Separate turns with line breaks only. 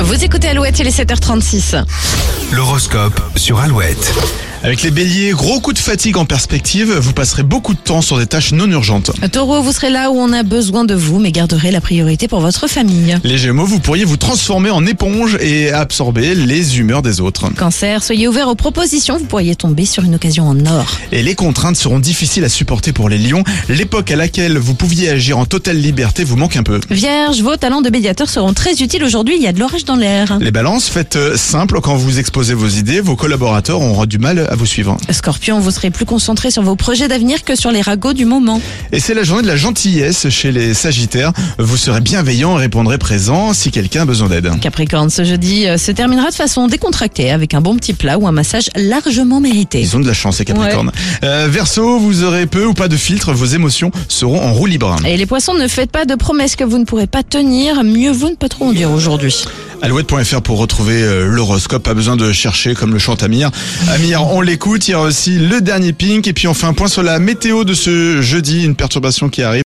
Vous écoutez Alouette, il est 7h36.
L'horoscope sur Alouette.
Avec les béliers, gros coup de fatigue en perspective, vous passerez beaucoup de temps sur des tâches non urgentes.
Taureau, vous serez là où on a besoin de vous, mais garderez la priorité pour votre famille.
Les gémeaux, vous pourriez vous transformer en éponge et absorber les humeurs des autres.
Cancer, soyez ouvert aux propositions, vous pourriez tomber sur une occasion en or.
Et les contraintes seront difficiles à supporter pour les lions. L'époque à laquelle vous pouviez agir en totale liberté vous manque un peu.
Vierge, vos talents de médiateur seront très utiles aujourd'hui, il y a de l'orage dans l'air.
Les balances, faites euh, simple quand vous exposez vos idées, vos collaborateurs auront du mal à vous suivre.
Scorpion, vous serez plus concentré sur vos projets d'avenir que sur les ragots du moment.
Et c'est la journée de la gentillesse chez les sagittaires. Vous serez bienveillant et répondrez présent si quelqu'un a besoin d'aide.
Capricorne, ce jeudi euh, se terminera de façon décontractée avec un bon petit plat ou un massage largement mérité.
Ils ont de la chance, les Capricornes. Euh, Verseau, vous aurez peu ou pas de filtre, vos émotions seront en roue libre.
Et les poissons, ne faites pas de promesses que vous ne pourrez pas tenir, mieux vaut ne pas trop en dire aujourd'hui.
Alouette.fr pour retrouver euh, l'horoscope, pas besoin de chercher comme le chante Amir. Amir, on l'écoute, il y a aussi le dernier pink, et puis on fait un point sur la météo de ce jeudi, une perturbation qui arrive.